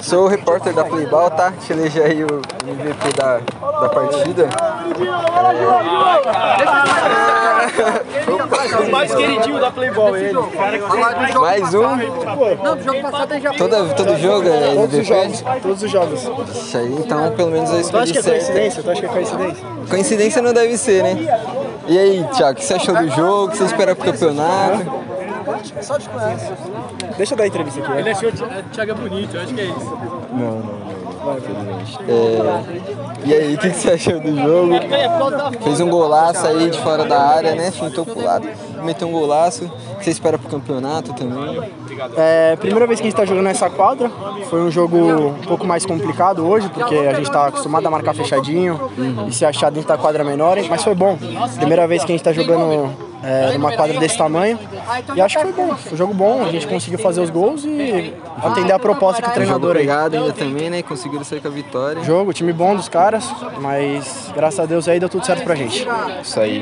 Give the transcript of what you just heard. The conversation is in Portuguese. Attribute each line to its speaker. Speaker 1: Sou o repórter da Playball, tá? Te elegi aí o MVP da, da partida.
Speaker 2: O mais queridinho da Playboy, ele.
Speaker 1: Mais um,
Speaker 3: Não, do jogo passado ele já fez.
Speaker 1: toda, todo jogo é
Speaker 2: Todos os
Speaker 1: MVP.
Speaker 2: jogos, todos os jogos.
Speaker 1: Isso aí, então pelo menos eu
Speaker 2: Tu acha que
Speaker 1: escolhi
Speaker 2: é
Speaker 1: certo.
Speaker 2: coincidência? Tu acha que é coincidência?
Speaker 1: Coincidência não deve ser, né? E aí, Thiago, o que você achou do jogo? O que você espera pro campeonato?
Speaker 2: Deixa eu dar a entrevista aqui. né?
Speaker 4: Ele achou o Thi- o Thiago é bonito, eu acho que é isso.
Speaker 1: É, E aí, o que que você achou do jogo? Fez um golaço aí de fora da área, né? Fintou pro lado, meteu um golaço. O que você espera pro campeonato também?
Speaker 2: É, primeira vez que a gente está jogando nessa quadra. Foi um jogo um pouco mais complicado hoje, porque a gente está acostumado a marcar fechadinho e se achar dentro da quadra menor, mas foi bom. Primeira vez que a gente está jogando é, numa quadra desse tamanho. E acho que foi bom. Foi um jogo bom, a gente conseguiu fazer os gols e atender a proposta que o
Speaker 1: Um jogo
Speaker 2: treinador aí.
Speaker 1: pegado ainda também, né? Conseguiram sair com a vitória.
Speaker 2: Jogo, time bom dos caras, mas graças a Deus aí deu tudo certo pra gente.
Speaker 1: Isso aí.